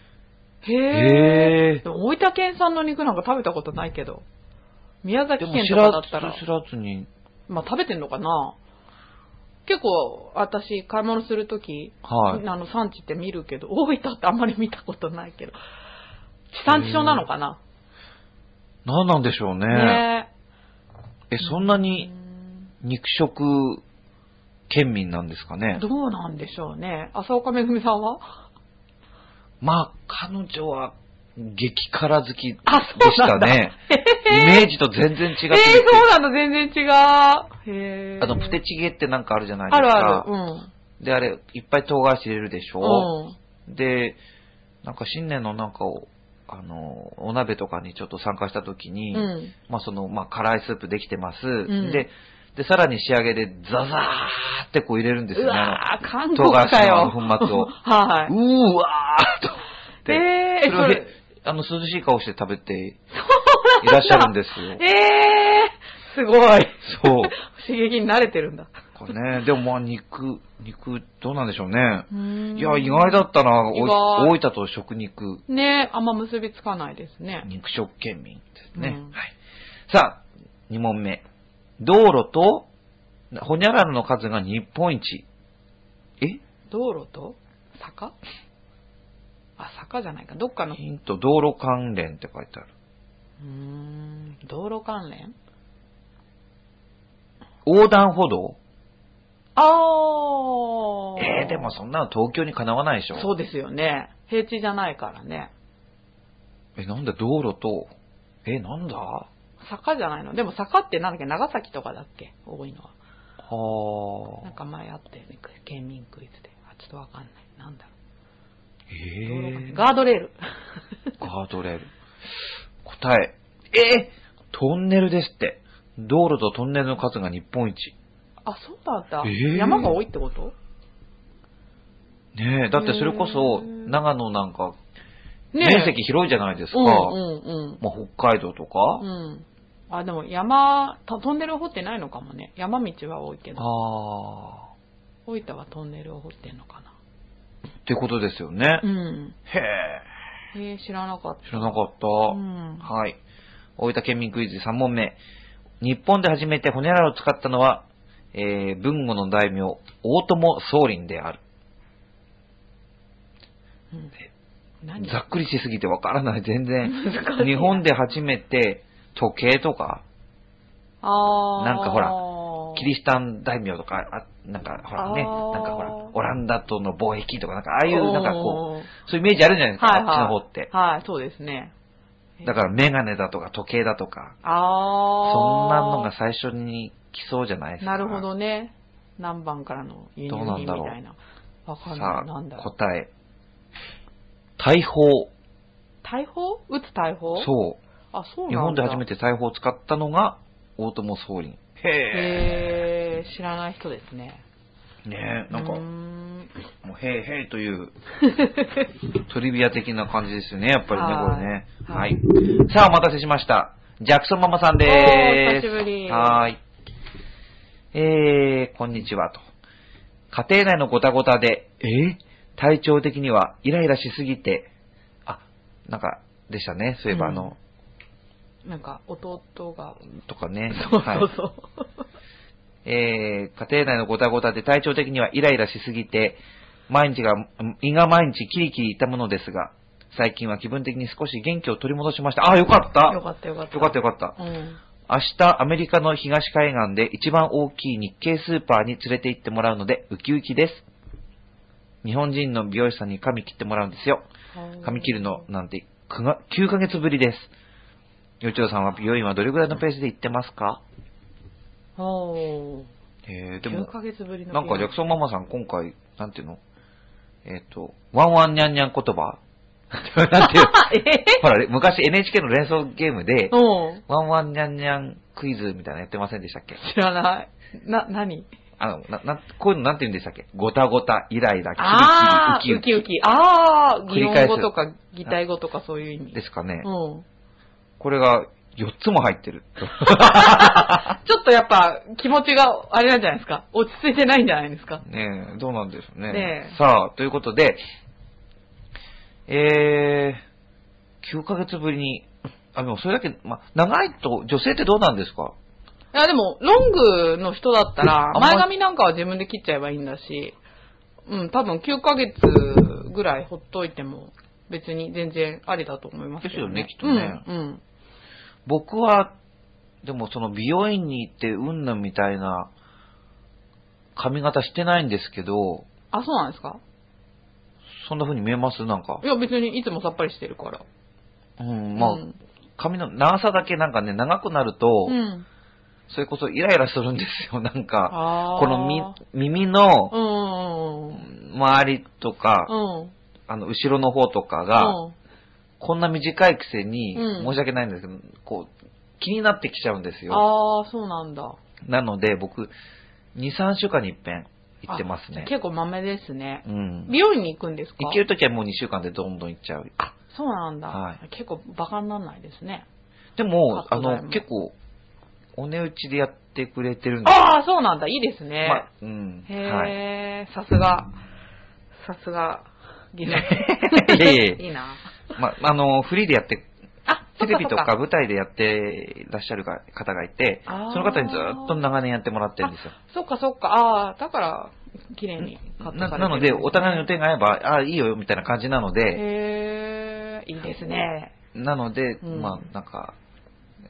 Speaker 2: へえ。
Speaker 1: へえ。
Speaker 2: でも大分県産の肉なんか食べたことないけど。宮崎
Speaker 1: でも
Speaker 2: 県
Speaker 1: 知
Speaker 2: とからだ
Speaker 1: ず
Speaker 2: ったら、
Speaker 1: 知らずに、
Speaker 2: まあ食べてんのかな結構、私、買い物するとき、
Speaker 1: はい。
Speaker 2: あの、産地って見るけど、大分ってあんまり見たことないけど、地産地消なのかな
Speaker 1: 何なんでしょうね。
Speaker 2: ね
Speaker 1: え、そんな
Speaker 2: え
Speaker 1: に肉食県民なんですかね。
Speaker 2: どうなんでしょうね。浅岡めぐみさんは
Speaker 1: まあ、彼女は激辛好きで
Speaker 2: あ、そう
Speaker 1: し
Speaker 2: な
Speaker 1: た
Speaker 2: んだ。
Speaker 1: ね。
Speaker 2: へへへ
Speaker 1: イメージと全然違って
Speaker 2: え
Speaker 1: びっくりし
Speaker 2: ー、
Speaker 1: た
Speaker 2: そうなんだ、全然違う。へー
Speaker 1: あの、プテチゲってなんかあるじゃないです
Speaker 2: あ
Speaker 1: か。
Speaker 2: るある。うん。
Speaker 1: で、あれ、いっぱい唐辛子入れるでしょ、
Speaker 2: うん。
Speaker 1: で、なんか新年のなんかを、あの、お鍋とかにちょっと参加した時に、
Speaker 2: うん。
Speaker 1: まあその、まあ辛いスープできてます。
Speaker 2: ん
Speaker 1: で、で、さらに仕上げでザザーってこう入れるんですよ
Speaker 2: う
Speaker 1: ね。あ
Speaker 2: わー、韓
Speaker 1: の
Speaker 2: 国
Speaker 1: 唐辛
Speaker 2: か
Speaker 1: 子
Speaker 2: よ。。
Speaker 1: のあの粉末を
Speaker 2: は
Speaker 1: う
Speaker 2: い。
Speaker 1: ーわーっと。で
Speaker 2: えー
Speaker 1: それを
Speaker 2: それ
Speaker 1: あの、涼しい顔して食べていらっしゃるんですよ。
Speaker 2: えー、すごい。
Speaker 1: そう。
Speaker 2: 刺激に慣れてるんだ。
Speaker 1: これね、でもまあ肉、肉、どうなんでしょうね。
Speaker 2: い
Speaker 1: いや、意外だったな。
Speaker 2: 意
Speaker 1: おい
Speaker 2: 外
Speaker 1: 大分と食肉、
Speaker 2: ねあんま結びつかないですね。
Speaker 1: 肉食県民ですね。
Speaker 2: うん
Speaker 1: はい。さあ、2問目。道路と、ほにゃららの数が日本一。え
Speaker 2: 道路と坂あ、坂じゃないか。どっかの。う
Speaker 1: ヒント、道路関連って書いてある。
Speaker 2: ーん、道路関連
Speaker 1: 横断歩道
Speaker 2: あー。
Speaker 1: えー、でもそんなの東京にかなわないでしょ。
Speaker 2: そうですよね。平地じゃないからね。
Speaker 1: え、なんだ、道路と、え、なんだは
Speaker 2: 坂じゃないの。でも坂ってなんだっけ長崎とかだっけ多いのは。なん
Speaker 1: あ。
Speaker 2: か前あったよね。県民クイズで。あ、ちょっとわかんない。なんだろう。道路関
Speaker 1: え
Speaker 2: 連
Speaker 1: ー、
Speaker 2: ガードレール。
Speaker 1: ガードレール。答え。えートンネルですって。道路とトンネルの数が日本一。
Speaker 2: あ、そうだった。
Speaker 1: えー
Speaker 2: 山が多いってこと
Speaker 1: ねえ、だってそれこそ、
Speaker 2: うん
Speaker 1: 長野なんか、
Speaker 2: ね
Speaker 1: 面積広いじゃないですか。
Speaker 2: うんうん
Speaker 1: まあ、北海道とか。
Speaker 2: うん。うん。あ、でも山、たトンネルを掘ってないのかもね。山道は多いけど。
Speaker 1: あ
Speaker 2: 大分はトンネルを掘ってんのかな。
Speaker 1: あ。ってことですよね。
Speaker 2: うん。
Speaker 1: へえ、
Speaker 2: えー、知らなかった。
Speaker 1: 知らなかった。
Speaker 2: うん。
Speaker 1: はい。大分県民クイズ3問目。日本で初めてホニャララを使ったのは、えー、文豪の大名、大友宗麟である。
Speaker 2: うん何
Speaker 1: ざっくりしすぎてわからない、全然
Speaker 2: 難し。い
Speaker 1: 日本で初めて時計とか、
Speaker 2: あー
Speaker 1: なんかほらキリシタン大名とか、あなんかほらね、
Speaker 2: あー
Speaker 1: なんかほら、オランダとの貿易とか、なんかああいうなんかこ
Speaker 2: おー
Speaker 1: う、そういうイメージあるじゃないですか、
Speaker 2: はいはい
Speaker 1: あっちの方って。
Speaker 2: はい、そうですね。
Speaker 1: だからメガネだとか時計だとか、
Speaker 2: あー
Speaker 1: そんなのが最初に来そうじゃないですか。
Speaker 2: なるほどね。何番からの輸入
Speaker 1: どうなん
Speaker 2: 品み
Speaker 1: だろう
Speaker 2: たいな。わかんな
Speaker 1: さ
Speaker 2: い。なんだ
Speaker 1: あ、
Speaker 2: ろう。
Speaker 1: 答え。大砲。
Speaker 2: 大砲撃つ大砲
Speaker 1: そう。
Speaker 2: あ、そうなんだ。
Speaker 1: 日本で初めて大砲を使ったのが、大友総理。へ
Speaker 2: へー知らない人ですね。
Speaker 1: え。ねえ、なんか、
Speaker 2: うー
Speaker 1: も
Speaker 2: ん
Speaker 1: う、へえへえと いう、トリビア的な感じですよね、やっぱりね、これね。は
Speaker 2: はい
Speaker 1: い。さあ、お待たせしました。ジャクソンママさんでーす。
Speaker 2: おー久しぶり
Speaker 1: はーい。えー、こんにちはと。家庭内のごたごたで、えー体調的にはイライラしすぎて、あ、なんか、でしたね。そういえば、
Speaker 2: うん
Speaker 1: あの、
Speaker 2: なんか、弟が。
Speaker 1: とかね。
Speaker 2: そうそうそう。
Speaker 1: えー家庭内のごたごたで体調的にはイライラしすぎて、毎日が、うん胃が毎日キリキリいたものですが、最近は気分的に少し元気を取り戻しました。あ、よかった
Speaker 2: よ
Speaker 1: よ
Speaker 2: かったよかった。
Speaker 1: かったよかった。
Speaker 2: うん。
Speaker 1: 明日、アメリカの東海岸で一番大きい日系スーパーに連れて行ってもらうので、ウキウキです。日本人の美容師さんに髪切ってもらうんですよ。髪切るのなんて9が9ヶ月ぶりです。よちろさんは美容院はどれぐらいのペースで行ってますか
Speaker 2: おー。
Speaker 1: えー、で
Speaker 2: 9
Speaker 1: も、
Speaker 2: ヶ月ぶりの。
Speaker 1: なんかジャクソンママさん今回、なんていうのえっ、と、ワンワンニャンニャン言葉 なんていう
Speaker 2: え
Speaker 1: ほら、昔 NHK の連想ゲームで、
Speaker 2: うん。
Speaker 1: ワンワンニャンニャンクイズみたいなのやってませんでしたっけ
Speaker 2: 知らない。な、何
Speaker 1: あの、な、な、こういうのなんて言うんでしたっけごたごた、イライラ、
Speaker 2: あ
Speaker 1: キ
Speaker 2: ー、
Speaker 1: リ
Speaker 2: ウ
Speaker 1: キリ、
Speaker 2: キウキ。あー、
Speaker 1: 繰り
Speaker 2: 擬
Speaker 1: 返す
Speaker 2: 音語とか擬態語とかそういう意味。
Speaker 1: ですかね。
Speaker 2: うん。
Speaker 1: これが4つも入って る。
Speaker 2: ちょっとやっぱ気持ちがあれなんじゃないですか落ち着いてないんじゃないですか
Speaker 1: ねえ、どうなんでしょうね。
Speaker 2: ねえ
Speaker 1: さあ、ということで、えー、9ヶ月ぶりに、あ、でもそれだけ、ま、長いと、女性ってどうなんですか
Speaker 2: いやでも、ロングの人だったら
Speaker 1: あ、んま
Speaker 2: 前髪なんかは自分で切っちゃえばいいんだし、うん、多分9ヶ月ぐらいほっといても別に全然ありだと思いますけど、
Speaker 1: ですよねきっ
Speaker 2: うん、うん。
Speaker 1: 僕は、でもその美容院に行って、うんぬんみたいな、髪型してないんですけど、
Speaker 2: あ、そうなんですか
Speaker 1: そんな風に見えますなんか
Speaker 2: い。や別にいつもさっぱりしてるから。
Speaker 1: うん、まあ、
Speaker 2: うん
Speaker 1: 髪の長さだけなんかね、長くなると、
Speaker 2: うん。
Speaker 1: それこそイライラするんですよ、なんか。
Speaker 2: あー
Speaker 1: このみ、耳の
Speaker 2: うんうんうん
Speaker 1: 周りとか、
Speaker 2: うん。うん。
Speaker 1: あの、後ろの方とかが、
Speaker 2: うん
Speaker 1: こんな短いくせに、
Speaker 2: うん
Speaker 1: 申し訳ないんですけど、こう、気になってきちゃうんですよ。
Speaker 2: ああ、そうなんだ。
Speaker 1: なので、僕、2、3週間に一遍行ってます
Speaker 2: あ
Speaker 1: ね。
Speaker 2: 結構豆ですね。
Speaker 1: うん。
Speaker 2: 美容院に行くんですか
Speaker 1: 行けるときはもう2週間でどんどん行っちゃう。
Speaker 2: そうなんだ。
Speaker 1: は
Speaker 2: 結構バカにならないですね。
Speaker 1: でも、
Speaker 2: あ
Speaker 1: あ
Speaker 2: そうだよ
Speaker 1: の、結構、お値打ちでやってくれてるんで、
Speaker 2: ああ、そうなんだ。いいですね。
Speaker 1: まあ、うん。はい。
Speaker 2: へえ、さすが。さすが。技能
Speaker 1: いやいやいや
Speaker 2: いいな。
Speaker 1: まあ、あの、フリーでやって、
Speaker 2: あ、
Speaker 1: テレビと
Speaker 2: そっ
Speaker 1: か
Speaker 2: そっ
Speaker 1: 舞台でやってらっしゃるが方がいて、そ
Speaker 2: あー
Speaker 1: の方にずっと長年やってもらってるんですよ。
Speaker 2: そっかそっか。ああ、だから、綺麗にカットされて
Speaker 1: な
Speaker 2: る
Speaker 1: なので、お互いの予定が合えば、ああ、いいよ、みたいな感じなので、
Speaker 2: へえ、いいですね。
Speaker 1: なので、
Speaker 2: うん
Speaker 1: まあ、なんか、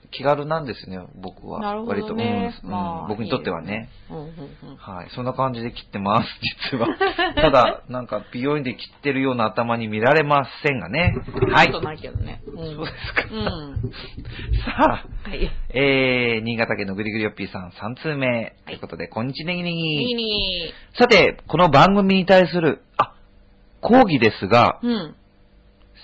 Speaker 1: 気軽なんですね、僕は。
Speaker 2: なるほど
Speaker 1: 割
Speaker 2: ね
Speaker 1: と、うん
Speaker 2: まあ
Speaker 1: うん僕にとってはね。
Speaker 2: うんうんうん。
Speaker 1: はい。そんな感じで切ってます、実 は。ただ、なんか、美容院で切ってるような頭に見られませんがね。は
Speaker 2: ち
Speaker 1: い
Speaker 2: ょっ。とないけどね。うん。
Speaker 1: そうですか。
Speaker 2: うん。
Speaker 1: さあ、
Speaker 2: はい。
Speaker 1: えー、新潟県のぐりぐりよっぴーさん3通目。ということで、こんにちねぎね
Speaker 2: いい
Speaker 1: ぎ。
Speaker 2: に
Speaker 1: さて、この番組に対する、あ、講義ですが、
Speaker 2: うん。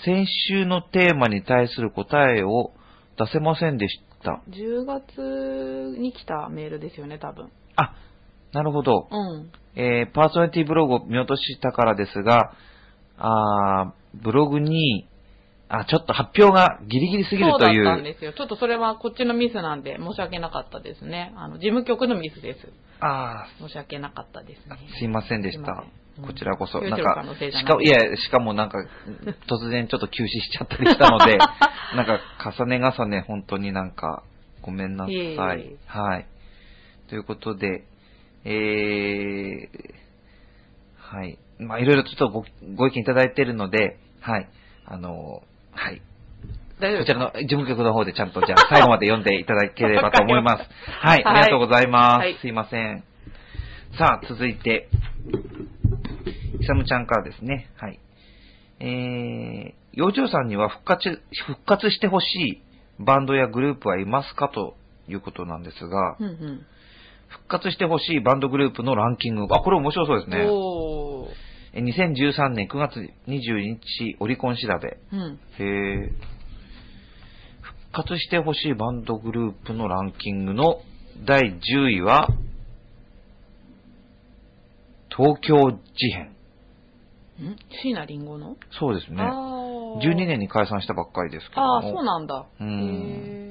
Speaker 1: 先週のテーマに対する答えを出せませんでした。
Speaker 2: 10月に来たメールですよね、多分。
Speaker 1: あ、なるほど。
Speaker 2: うん。
Speaker 1: えーパーソナリティブログを見落としたからですが、あーブログに、あ、ちょっと発表がギリギリすぎる
Speaker 2: そう
Speaker 1: と
Speaker 2: だっ
Speaker 1: い
Speaker 2: たん
Speaker 1: う。
Speaker 2: ですよ。ちょっとそれはこっちのミスなんで、申し訳なかったですね。あの、事務局のミスです。
Speaker 1: あ
Speaker 2: 申し訳なかったですね。
Speaker 1: ーすいませんでし
Speaker 2: すい
Speaker 1: た
Speaker 2: ま。せん
Speaker 1: こちらこそ。
Speaker 2: うん
Speaker 1: なん
Speaker 2: よいちょうさ
Speaker 1: か
Speaker 2: んのせい、じゃ
Speaker 1: し
Speaker 2: な
Speaker 1: かも、
Speaker 2: い
Speaker 1: いや、しかもなんか、突然ちょっと休止しちゃったりしたの で、なんか、重ね重ね、本当になんか、ごめんなさい。
Speaker 2: いえいえ
Speaker 1: はい。ということで、えー、はい。まあ、いろいろちょっとごご意見いただいているので、はい。あの、はい。
Speaker 2: 大丈夫
Speaker 1: こ
Speaker 2: です
Speaker 1: ちらの事務局の方でちゃんとじ ゃあ最後まで読んでいただければと思います。は
Speaker 2: か
Speaker 1: い
Speaker 2: り、ました
Speaker 1: ありがとうございます。
Speaker 2: はい
Speaker 1: すいません。さあ、続いて、ひさむちゃんからですね。はい。えー、洋長さんには復活、復活してほしいバンドやグループはいますかということなんですが、
Speaker 2: うんうん
Speaker 1: 復活してほしいバンドグループのランキング。あ、これ面白そうですね。
Speaker 2: おー
Speaker 1: え2013年9月22日オリコン調べ。
Speaker 2: うん。
Speaker 1: へえ。復活してほしいバンドグループのランキングの第10位は、東京事変。
Speaker 2: ん椎名林檎の、
Speaker 1: そうですね。
Speaker 2: あー
Speaker 1: 12年に解散したばっかりですけども。
Speaker 2: ああ、そうなんだ。
Speaker 1: う
Speaker 2: へ
Speaker 1: ん
Speaker 2: え。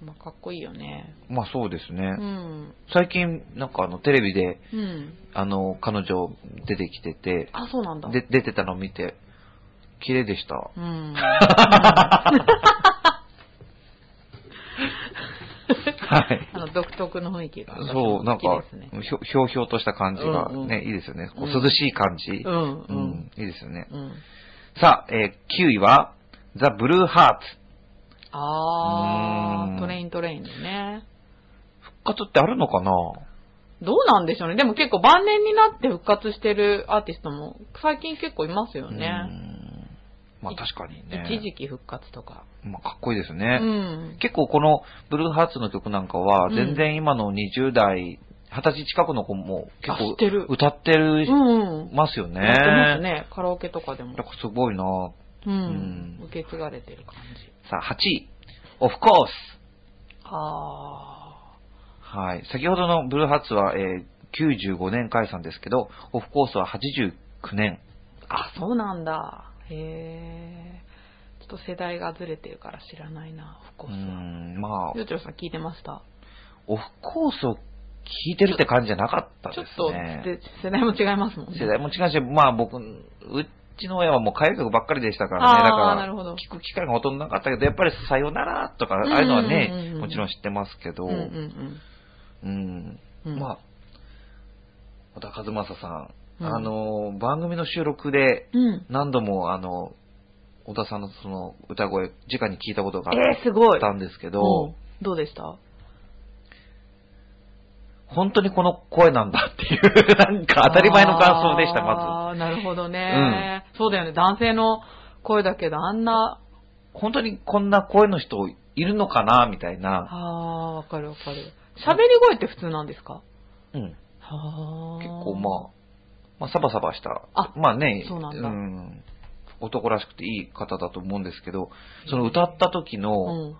Speaker 2: まあ、かっこいいよね。
Speaker 1: まあそうですね。
Speaker 2: うん。
Speaker 1: 最近、なんかあの、テレビで、
Speaker 2: うん。
Speaker 1: あの、彼女出てきてて、
Speaker 2: あ、そうなんだ。
Speaker 1: で、出てたの見て、綺麗でした。
Speaker 2: うん。
Speaker 1: はい。
Speaker 2: あの、独特の雰囲気が。
Speaker 1: そう、なん
Speaker 2: 好
Speaker 1: か
Speaker 2: きですね、
Speaker 1: ひょひょうひょうとした感じがね、
Speaker 2: うんうん
Speaker 1: いいですよね。こう
Speaker 2: うん
Speaker 1: 涼しい感じ、
Speaker 2: う、
Speaker 1: うん
Speaker 2: うん。
Speaker 1: いいですよね。
Speaker 2: うん。
Speaker 1: さあ、えー9位は、ザ・ブルーハーツ。
Speaker 2: あ
Speaker 1: うん
Speaker 2: あ、トレイントレインでね。
Speaker 1: 復活ってあるのかな
Speaker 2: どうなんでしょうね。でも結構晩年になって復活してるアーティストも最近結構いますよ
Speaker 1: う
Speaker 2: ね。
Speaker 1: んまあ確かにね。
Speaker 2: 一時期復活とか。
Speaker 1: まあかっこいいです
Speaker 2: う
Speaker 1: ね、
Speaker 2: ん。
Speaker 1: 結構このブルーハーツの曲なんかは、
Speaker 2: うん
Speaker 1: 全然今の20代、20歳近くの子も結
Speaker 2: あ知ってる
Speaker 1: 構歌ってる、
Speaker 2: うんうん。
Speaker 1: ますよね。
Speaker 2: やってますね。カラオケとかでも
Speaker 1: なん。かすごいな
Speaker 2: う
Speaker 1: うん
Speaker 2: ん。受け継がれてる感じ。
Speaker 1: さあ、8位。オフコース。
Speaker 2: あ
Speaker 1: はい。先ほどのブルーハーツは、えー95年解散ですけど、オフコースは89年。
Speaker 2: ー。あ、そうなんだ。へえ。ちょっと世代がずれてるから知らないな、オ
Speaker 1: う
Speaker 2: フコ
Speaker 1: ー
Speaker 2: ースは。
Speaker 1: ん、まあ
Speaker 2: ゆ、うちろさん聞いてました
Speaker 1: オフコースを聴いてるって感じじゃなかったで
Speaker 2: ちょっ
Speaker 1: す
Speaker 2: と
Speaker 1: ね。
Speaker 2: で世代も違いますもんね。
Speaker 1: 世代も違うし、まあ僕、うちの親はもう歌謡曲ばっかりでしたからね。だ
Speaker 2: ああ、な
Speaker 1: から、
Speaker 2: るほど。
Speaker 1: 聞く機会がほとんどなかったけど、やっぱりさよならとか、ああいうのは
Speaker 2: うんうんうん
Speaker 1: ね
Speaker 2: う、ん
Speaker 1: もちろん知ってますけど、
Speaker 2: う
Speaker 1: うん。
Speaker 2: うんんうん。
Speaker 1: まあ、小田和正さん、
Speaker 2: うん
Speaker 1: あの、番組の収録で、
Speaker 2: うん。
Speaker 1: 何度もあの、小田さんのその歌声、直に聞いたことがあ
Speaker 2: えー、すご
Speaker 1: っ
Speaker 2: い。
Speaker 1: たんですけ
Speaker 2: うん
Speaker 1: ど、
Speaker 2: どうでした
Speaker 1: 本当にこの声なんだっていう、 なんか当たり前の感想でした、まず。
Speaker 2: あーなるほどね、そうだよね。男性の声だけど、あんな、
Speaker 1: 本当にこんな声の人いるのかな、みたいな。
Speaker 2: あー、わかるわかる。喋り声って普通なんですか
Speaker 1: うん。
Speaker 2: はー
Speaker 1: 結構まあ、まあサバサバした。
Speaker 2: あ
Speaker 1: まあね、
Speaker 2: そうなんだ
Speaker 1: ん男らしくていい方だと思うんですけど、その歌った時
Speaker 2: う
Speaker 1: の、
Speaker 2: ん。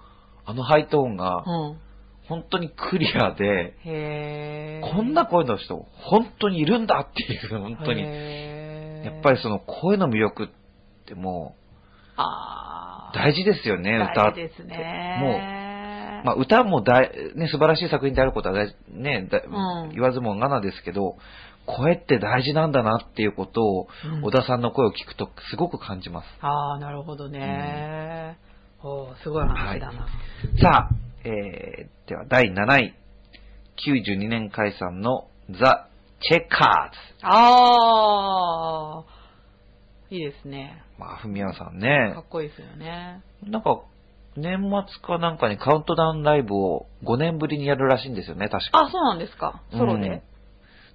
Speaker 1: あのハイトーンが、
Speaker 2: うん。
Speaker 1: 本当にクリアで、
Speaker 2: へー。
Speaker 1: こんな声の人、本当にいるんだっていう、本当に。
Speaker 2: へー
Speaker 1: やっぱりその声の魅力っても
Speaker 2: あ
Speaker 1: う
Speaker 2: ー。
Speaker 1: 大事ですよね、歌
Speaker 2: 大
Speaker 1: っ
Speaker 2: 事
Speaker 1: て。
Speaker 2: ですね。も
Speaker 1: まあ歌も大、ね、素晴らしい作品であることは大事、ね、だ
Speaker 2: うん
Speaker 1: 言わずもがなですけど、声って大事なんだなっていうことを、
Speaker 2: うん
Speaker 1: 小田さんの声を聞くとすごく感じます。
Speaker 2: あー、なるほどね。おー、すごい話だな。
Speaker 1: さあ、えー、では第7位。92年解散のザ・チェッカーズ。
Speaker 2: あー、いいですね。
Speaker 1: まあ、ふみやさん
Speaker 2: か
Speaker 1: ね
Speaker 2: っ。こいいですよね。
Speaker 1: なんか、年末かなんかにカウントダウンライブを5年ぶりにやるらしいんですよね、確か。
Speaker 2: あ、そうなんですか。ソロ
Speaker 1: うん
Speaker 2: で。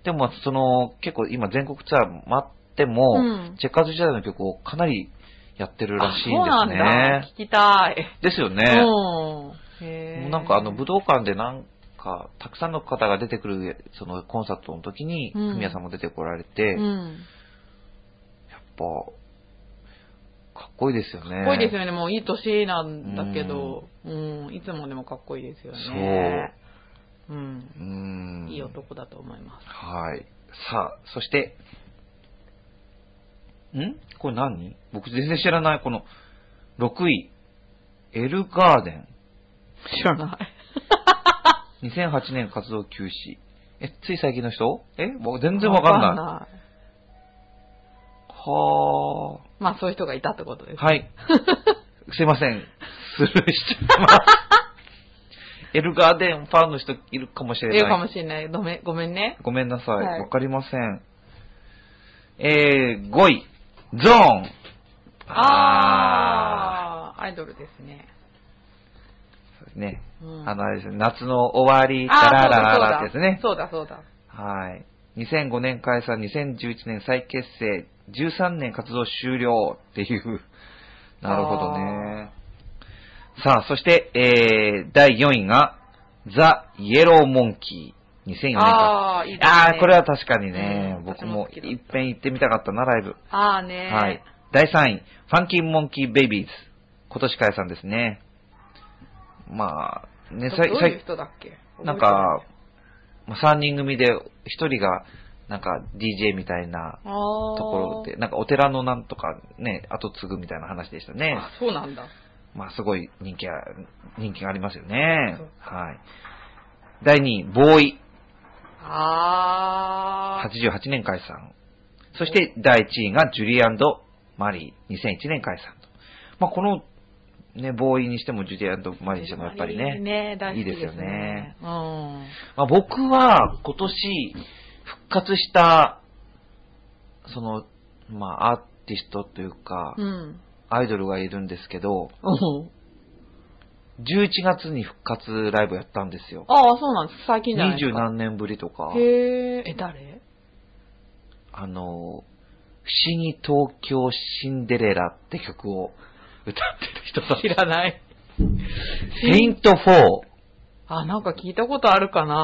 Speaker 1: でも、その、結構今全国ツアー待っても、
Speaker 2: うん
Speaker 1: チェッカーズ時代の曲をかなりやってるらしいん
Speaker 2: あそうなん
Speaker 1: です
Speaker 2: だ
Speaker 1: ね。。
Speaker 2: 聞きたい。
Speaker 1: ですよね。
Speaker 2: うん。へー
Speaker 1: もうなんかあの武道館でなんか、たくさんの方が出てくる、そのコンサートの時に、
Speaker 2: うん
Speaker 1: ふみやさんも出てこられて、やっ
Speaker 2: うん。
Speaker 1: ぱ、かっこいいですよね。
Speaker 2: かっこいいですよね。もういい年なんだけど、うん。いつもでもかっこいいですよね。そう。ん。
Speaker 1: うーん。
Speaker 2: いい男だと思います。
Speaker 1: はい。さあ、そして、んこれ何僕全然知らない、この、6位、エルガーデン。
Speaker 2: 知ら ない。
Speaker 1: 2008年活動休止。え、つい最近の人えもう全然わかんない。
Speaker 2: い。
Speaker 1: は
Speaker 2: まあそういう人がいたってことです。
Speaker 1: あ。 はい。すいません。スルーしちゃいます。エルガーデンファンの人いるかもしれない。
Speaker 2: いるかもしれない。ごめん、ごめんね。
Speaker 1: ごめんなさい。わ、
Speaker 2: はい
Speaker 1: かりません。えー、5位、ゾーン。ああ。
Speaker 2: あー、アイドルですね。
Speaker 1: そうですね。
Speaker 2: うん
Speaker 1: あの、あれですね、夏の終わり、
Speaker 2: あ
Speaker 1: ダ
Speaker 2: ー
Speaker 1: ララララですね。
Speaker 2: そうだそうだ。そうだそうだ。
Speaker 1: はい。2005年解散、2011年再結成、13年活動終了っていう。 なるほどね。さあ、そして、えー、第4位が、ザ・イエロー・モンキー。2004年か。
Speaker 2: ああー、いいですね。
Speaker 1: ああー、これは確かにね、
Speaker 2: うん
Speaker 1: 僕
Speaker 2: 私も
Speaker 1: も
Speaker 2: 好きだ
Speaker 1: いっぺん行ってみたかったな、ライブ。
Speaker 2: あーね
Speaker 1: はい。第3位、ファンキー・モンキー・ベイビーズ。今年解散ですね。まあ、ね、
Speaker 2: ど
Speaker 1: さい
Speaker 2: どう
Speaker 1: さ
Speaker 2: いう
Speaker 1: い
Speaker 2: 人だっけ
Speaker 1: なんか、まあ3人組で、1人が、なんか DJ みたいな
Speaker 2: 覚えてない、
Speaker 1: と
Speaker 2: あー
Speaker 1: ころで、なんかお寺のなんとかね、後継ぐみたいな話でしたね。
Speaker 2: あ、そうなんだ。
Speaker 1: まあすごい人気は、人気がありますよね
Speaker 2: そう。
Speaker 1: はい。第2位、ボーイ。
Speaker 2: あー。
Speaker 1: 88年解散。そして第1位がジュリーマリー。2001年解散と。まあこの、ね、ボーイにしてもジュリーマリーにしてもやっぱりね。
Speaker 2: ね、大好き
Speaker 1: いいですよね。
Speaker 2: うん。
Speaker 1: まあ、僕は今年復活した、その、まあ、アーティストというか、
Speaker 2: うん。
Speaker 1: アイドルがいるんですけど、
Speaker 2: うん
Speaker 1: 11月に復活ライブやったんですよ。
Speaker 2: ああ、そうなんです。最近じゃない
Speaker 1: 二
Speaker 2: です
Speaker 1: 十
Speaker 2: か。
Speaker 1: 何年ぶりとか、
Speaker 2: へえ。え、誰
Speaker 1: あの、不思議東京シンデレラって曲を歌ってる人た
Speaker 2: 知
Speaker 1: ち。
Speaker 2: らない。
Speaker 1: セイント4。
Speaker 2: あ、なんか聞いたことあるかな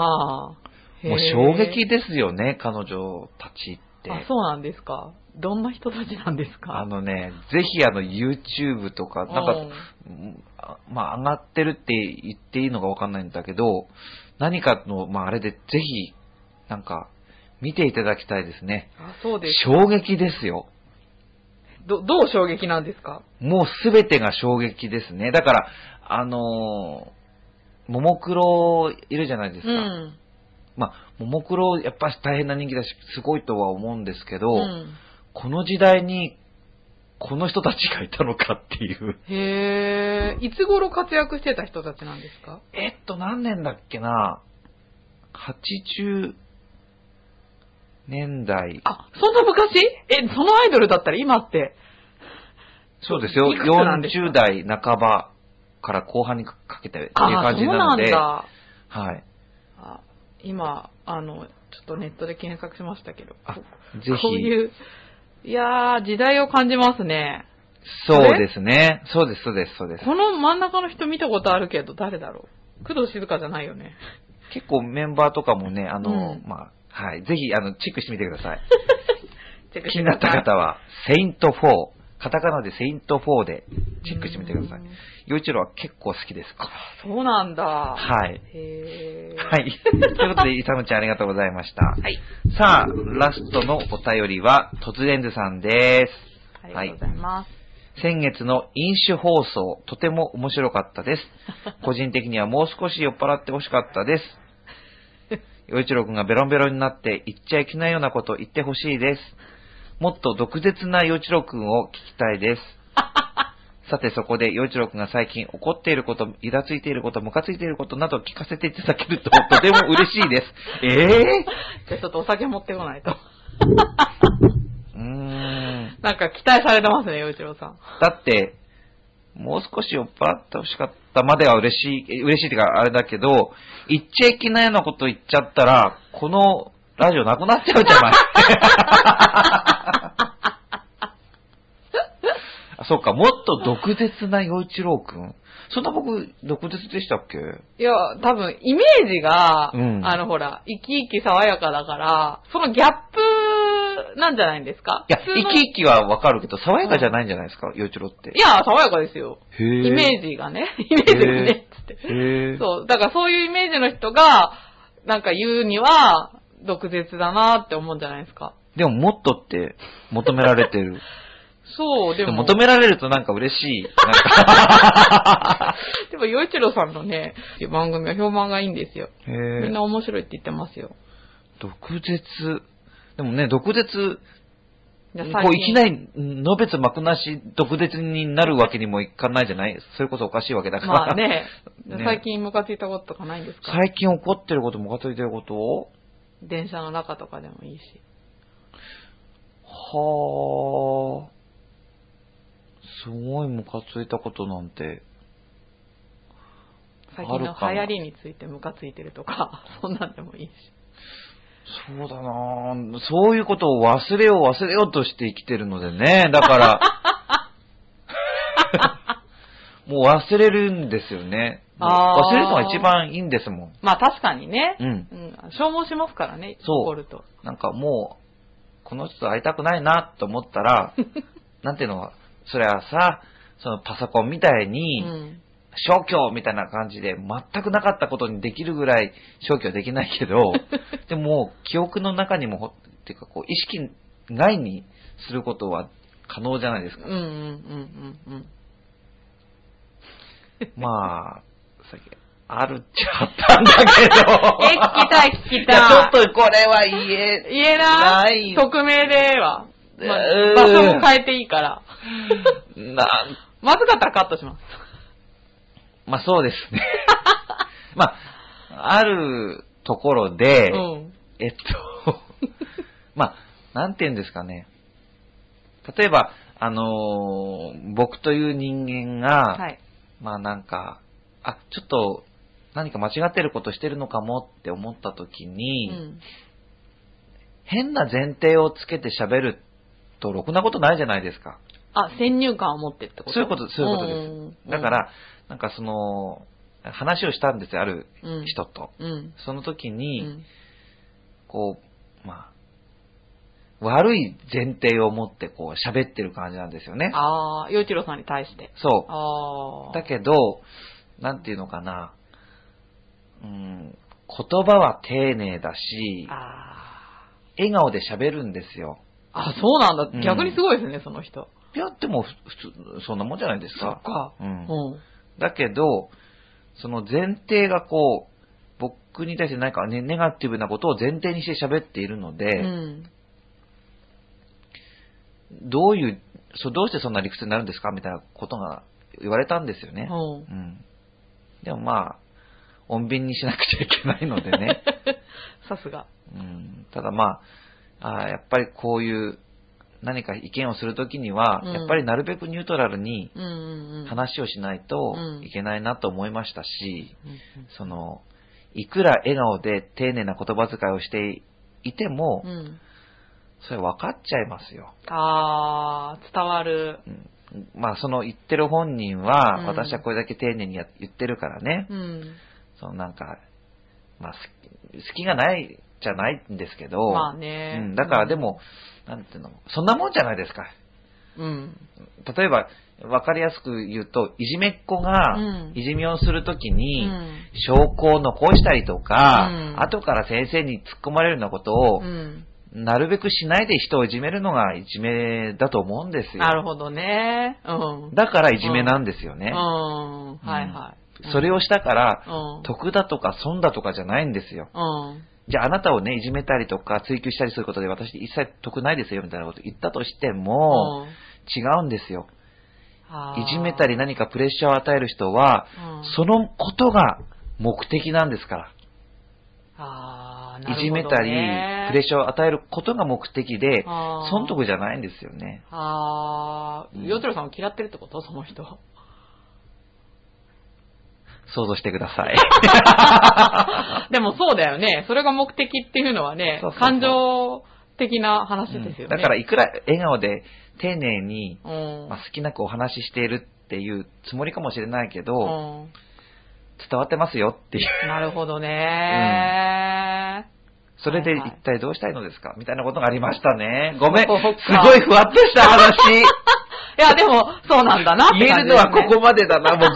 Speaker 1: もう
Speaker 2: へえ
Speaker 1: 衝撃ですよね、彼女たちって。
Speaker 2: あ、そうなんですか。どんな人たちなんです
Speaker 1: あ
Speaker 2: か
Speaker 1: のね、ぜひあの YouTube とか、なんか
Speaker 2: うん
Speaker 1: うんあまあ、上がってるって言っていいのかわかんないんだけど、何かの、まあ、あれでぜひ、なんか、見ていただきたいですね。
Speaker 2: あ、そうです。
Speaker 1: 衝撃ですよ。
Speaker 2: ど、どう衝撃なんですか
Speaker 1: もうすべてが衝撃ですね。だから、あのー、ももクロいるじゃないです
Speaker 2: う
Speaker 1: か。
Speaker 2: ん。
Speaker 1: まあ、ももクロ、やっぱし大変な人気だし、すごいとは思うんですけど、
Speaker 2: うん
Speaker 1: この時代に、この人たちがいたのかっていう。
Speaker 2: へえ。いつ頃活躍してた人たちなんですか
Speaker 1: えっと、何年だっけな ?80 年代。
Speaker 2: あ、そんな昔え、そのアイドルだったら今って。
Speaker 1: そうですよ。
Speaker 2: いくつなんですか
Speaker 1: 40代半ばから後半にかけてっていう
Speaker 2: あ
Speaker 1: 感
Speaker 2: ー、
Speaker 1: じ
Speaker 2: そう
Speaker 1: な
Speaker 2: な
Speaker 1: ので。
Speaker 2: んだ。
Speaker 1: はい。
Speaker 2: あ今、あの、ちょっとネットで検索しましたけど。
Speaker 1: あ
Speaker 2: こ
Speaker 1: ぜ
Speaker 2: こう
Speaker 1: ひ。
Speaker 2: いう、いやー、時代を感じますね。
Speaker 1: そうですね。そうです、そうです、そうです。
Speaker 2: この真ん中の人見たことあるけど、誰だろう工藤静香じゃないよね。
Speaker 1: 結構メンバーとかもね、あの、
Speaker 2: うん
Speaker 1: まあ、はい。ぜひ、あの、チェックしてみてください。
Speaker 2: 気
Speaker 1: 気になった方は、セイント4。カタカナでセイント4でチェックしてみてください。洋一郎は結構好きです。
Speaker 2: そうなんだ。
Speaker 1: はい。
Speaker 2: へー。
Speaker 1: はい。ということで、イサムちゃんありがとうございました。
Speaker 2: はい。
Speaker 1: さあ、ラストのお便りは、突然図さんです。
Speaker 2: ありがとうございます。
Speaker 1: 先月の飲酒放送、とても面白かったです。個人的にはもう少し酔っ払ってほしかったです。洋一郎くんがベロンベロンになって言っちゃいけないようなこと言ってほしいです。もっと毒舌な洋一郎くんを聞きたいです。さてそこで洋一郎くんが最近怒っていること、イラついていること、ムカついていることなど聞かせていただけるととても嬉しいです。え
Speaker 2: じゃあちょっとお酒持ってこないと。
Speaker 1: えー、うーん。
Speaker 2: なんか期待されてますね、洋一郎さん。
Speaker 1: だって、もう少し酔っ払ってほしかったまでは嬉しい、え嬉しいっていうかあれだけど、言っちゃいけないようなこと言っちゃったら、このラジオなくなっちゃうじゃない。あ、そうか、もっと毒舌な洋一郎くん。そんな僕、毒舌でしたっけ
Speaker 2: いや、多分、イメージが、
Speaker 1: うん
Speaker 2: あの、ほら、生き生き爽やかだから、そのギャップなんじゃないんですか
Speaker 1: いや、
Speaker 2: 普
Speaker 1: 生
Speaker 2: 通の
Speaker 1: き生きはわかるけど、爽やかじゃないんじゃないですか、洋一郎って。
Speaker 2: いや、爽やかですよ。
Speaker 1: へー
Speaker 2: イメージがね。 イメージがね。つって。
Speaker 1: へえ。
Speaker 2: そう。だからそういうイメージの人が、なんか言うには、毒舌だなって思うんじゃないですか。
Speaker 1: でも、もっとって求められてる。
Speaker 2: そう、
Speaker 1: で
Speaker 2: で
Speaker 1: も
Speaker 2: も、
Speaker 1: 求められるとなんか嬉しい。なんか
Speaker 2: でも、洋一郎さんのね、番組は評判がいいんですよ。
Speaker 1: へ
Speaker 2: みん
Speaker 1: え
Speaker 2: な。面白いって言ってますよ。
Speaker 1: 毒舌。でもね、毒舌、
Speaker 2: じゃあ
Speaker 1: こういきな
Speaker 2: り、
Speaker 1: り、のべつ幕なし、毒舌になるわけにもいかないじゃないそれこそおかしいわけだから。
Speaker 2: まあね
Speaker 1: ね
Speaker 2: 最近ムカついたこととかないんですか
Speaker 1: 最近怒ってること、ムカついてること
Speaker 2: 電車の中とかでもいいし。
Speaker 1: はすごいムカついたことなんて。
Speaker 2: 最近の流
Speaker 1: あるかな
Speaker 2: 行りについてムカついてるとか、 そんなんでもいいし。
Speaker 1: そうだなぁそういうことを忘れよう忘れようとして生きてるのでね。だから、もう忘れるんですよね。もう
Speaker 2: あ
Speaker 1: 忘
Speaker 2: ー
Speaker 1: れるのが一番いいんですもん。
Speaker 2: まあ確かにね。
Speaker 1: うん。
Speaker 2: うん。消耗しますからね、
Speaker 1: そう
Speaker 2: 怒ると。
Speaker 1: なんかもう、この人と会いたくないなと思ったら、なんていうの、それはさ、そのパソコンみたいうに、
Speaker 2: ん。
Speaker 1: 消去みたいな感じで全くなかったことにできるぐらい消去できないけ ど、でも記憶の中にもほ、っていうかこう意識外にすることは可能じゃないです
Speaker 2: うん
Speaker 1: か。
Speaker 2: うんうんうんうん。
Speaker 1: まあ、さっき、あるっちゃあったんだけど。
Speaker 2: え、聞きたい聞きたい。
Speaker 1: いやちょっとこれは言え、
Speaker 2: 言えな
Speaker 1: ないい
Speaker 2: 匿名では、まあ
Speaker 1: うん
Speaker 2: 場所も変えていいから。
Speaker 1: なん
Speaker 2: まずかったらカットします。
Speaker 1: まあそうです ね。まあ、あるところで、
Speaker 2: うん。
Speaker 1: えっと、 まあ、なんて言うんですかね。例えば、あのー僕という人間が、
Speaker 2: はい。
Speaker 1: まあなんか、あ、ちょっと何か間違ってることしてるのかもって思った時
Speaker 2: う
Speaker 1: に、
Speaker 2: ん。
Speaker 1: 変な前提をつけて喋るとろくなことないじゃないですか。
Speaker 2: あ、先入観を持ってってこと
Speaker 1: そういうことそういうことです
Speaker 2: す
Speaker 1: だか、ら、なんかその、話をしたんですよ、ある
Speaker 2: うん
Speaker 1: 人。と。
Speaker 2: うん。
Speaker 1: その時
Speaker 2: う
Speaker 1: に、
Speaker 2: ん。
Speaker 1: こう、まあ、悪い前提を持ってこう喋ってる感じなんですよね。
Speaker 2: ああ、洋一郎さんに対して。
Speaker 1: そ
Speaker 2: あ
Speaker 1: う。
Speaker 2: あ。
Speaker 1: だけど、なんていうのかな、うん、言葉は丁寧だし、
Speaker 2: あ
Speaker 1: 笑顔で喋るんですよ。
Speaker 2: あ。あ、そうなん
Speaker 1: う
Speaker 2: だ。
Speaker 1: ん
Speaker 2: 逆にすごいですね、その人。
Speaker 1: いや、でもふ普通、そんなもんじゃないです
Speaker 2: そっ
Speaker 1: か。
Speaker 2: か。
Speaker 1: う。
Speaker 2: うんん。
Speaker 1: だけど、その前提がこう、僕に対して何かね、ネガティブなことを前提にして喋っているので、
Speaker 2: うん。
Speaker 1: どういう、そうどうしてそんな理屈になるんですかみたいなことが言われたんですよね。
Speaker 2: うん
Speaker 1: うん。でもまあ、穏便にしなくちゃいけないので ね。
Speaker 2: さすが。
Speaker 1: うん、ただまあ、あーやっぱりこういう何か意見をするときには、
Speaker 2: うん
Speaker 1: やっぱりなるべくニュートラルに
Speaker 2: うんうんうん。
Speaker 1: 話をしないと
Speaker 2: うん
Speaker 1: いけないなと思いましたし、
Speaker 2: うん
Speaker 1: その、いくら笑顔で丁寧な言葉遣いをしていても、
Speaker 2: うん。うん。
Speaker 1: それ分かっちゃいますよ。
Speaker 2: ああ、伝わる。
Speaker 1: うんまあ、その言ってる本人は、
Speaker 2: うん
Speaker 1: 私はこれだけ丁寧にや言ってるからね、
Speaker 2: うん。
Speaker 1: そのなんか、まあ、好き好きがないじゃないんですけど、
Speaker 2: まあ
Speaker 1: う
Speaker 2: ね。
Speaker 1: ん、だからで、も、なんていうの、そんなもんじゃないですか。
Speaker 2: うん。
Speaker 1: 例えば、わかりやすく言うと、いじめっ子が
Speaker 2: うん、
Speaker 1: いじめをするとき
Speaker 2: う
Speaker 1: に、
Speaker 2: ん。
Speaker 1: 証拠を残したりとか、
Speaker 2: うん
Speaker 1: 後から先生に突っ込まれるようなことを
Speaker 2: う、ん。
Speaker 1: なるべくしないで人をいじめるのがいじめだと思うんですよ。
Speaker 2: なるほどね。うん。
Speaker 1: だからいじめなんですよ
Speaker 2: う
Speaker 1: ね。
Speaker 2: ん。はいはい。
Speaker 1: それ
Speaker 2: を、
Speaker 1: をしたから、
Speaker 2: うん。
Speaker 1: 得だとか損だとかじゃないんですよ。
Speaker 2: うん。
Speaker 1: じゃああなたをね、いじめたりとか追求したりすることで私一切得ないですよみたいなこと言ったとしても、
Speaker 2: うん
Speaker 1: 違うんですよ。
Speaker 2: あー
Speaker 1: いじめたり何かプレッシャーを与える人は、
Speaker 2: うん
Speaker 1: そのことが目的なんですか
Speaker 2: あーな
Speaker 1: ら。
Speaker 2: るほ
Speaker 1: いじ
Speaker 2: どね
Speaker 1: めたり、プレッシャーを与えることが目的で、
Speaker 2: あー
Speaker 1: 損得じゃないんですよね。
Speaker 2: ああ、ヨトロさんを嫌ってるってこと その人。
Speaker 1: 想像してください。
Speaker 2: でもそうだよね。それが目的っていうのはね
Speaker 1: そうそう、そう
Speaker 2: 感情的な話ですよ
Speaker 1: だ
Speaker 2: ね。
Speaker 1: から、いくら笑顔で丁寧に
Speaker 2: うん。
Speaker 1: まあ、好きなくお話ししているっていうつもりかもしれないけど、
Speaker 2: うん
Speaker 1: 伝わってますよっていう。
Speaker 2: なるほどね。
Speaker 1: それで
Speaker 2: はいはい
Speaker 1: 一体どうしたいのですかみたいなことがありましたね。ごめん。す
Speaker 2: そっか
Speaker 1: ごいふわっとした話。
Speaker 2: いや、でも、そうなんだなって感じ
Speaker 1: 言えるのはここまでだな、僕。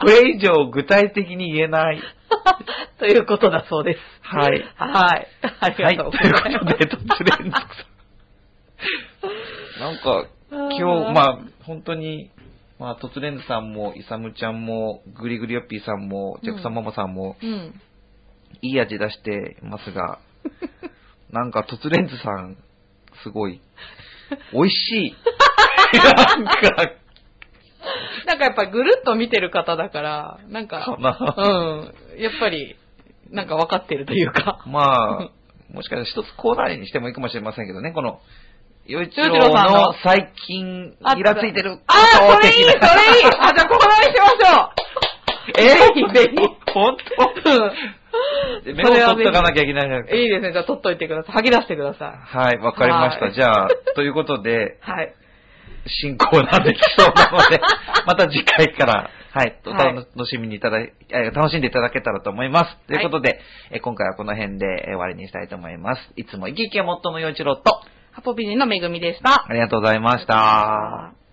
Speaker 1: これ以上具体的に言えない。
Speaker 2: こ。 ということだそうです。
Speaker 1: はい
Speaker 2: はい。あ
Speaker 1: は
Speaker 2: り
Speaker 1: い。
Speaker 2: が
Speaker 1: と
Speaker 2: と
Speaker 1: いうう
Speaker 2: ございます。
Speaker 1: ことで、突然つくさん。なんか、今
Speaker 2: あー
Speaker 1: 日、まあ、本当に、まあ、突然さんも、イサムちゃんも、グリグリよっぴーさんも、ジャクさんママさんも、
Speaker 2: うん。
Speaker 1: いい味出してます が、なんか、突然図さん、すご い、美味しい。なんか、
Speaker 2: なんかやっぱりぐるっと見てる方だから、なん
Speaker 1: か
Speaker 2: か、
Speaker 1: な。
Speaker 2: うん。やっぱり、なんか分かってるというか。
Speaker 1: まあ、もしかしたら一つコーナーにしてもいいかもしれませんけどね、この、洋一
Speaker 2: 洋一郎
Speaker 1: 郎
Speaker 2: さんの
Speaker 1: の最近
Speaker 2: あ、
Speaker 1: イラついてる
Speaker 2: あ
Speaker 1: こと
Speaker 2: ー、それいい、そ
Speaker 1: 的な
Speaker 2: れいいあ、じゃあ、ここまでしまし ょう
Speaker 1: え
Speaker 2: ぜひぜ
Speaker 1: 本当目を取っとかなきゃいけないじゃない
Speaker 2: い
Speaker 1: で
Speaker 2: いですね。じゃあ、取っといてください。吐き出してくださ
Speaker 1: すか。はい、わかりまし
Speaker 2: は
Speaker 1: た。
Speaker 2: い
Speaker 1: じゃあ、ということで
Speaker 2: い。、はい。
Speaker 1: 進行なんできそうなの で、また次回から、はい、お
Speaker 2: はい
Speaker 1: 楽しみにいただい、え楽しんでいただけたらと思います。ということで、え今回はこの辺でえ終わりにしたいと思います。いつも生き生きをもっとの洋一郎と、
Speaker 2: ハポビジンのめぐみでした。
Speaker 1: ありがとうございました。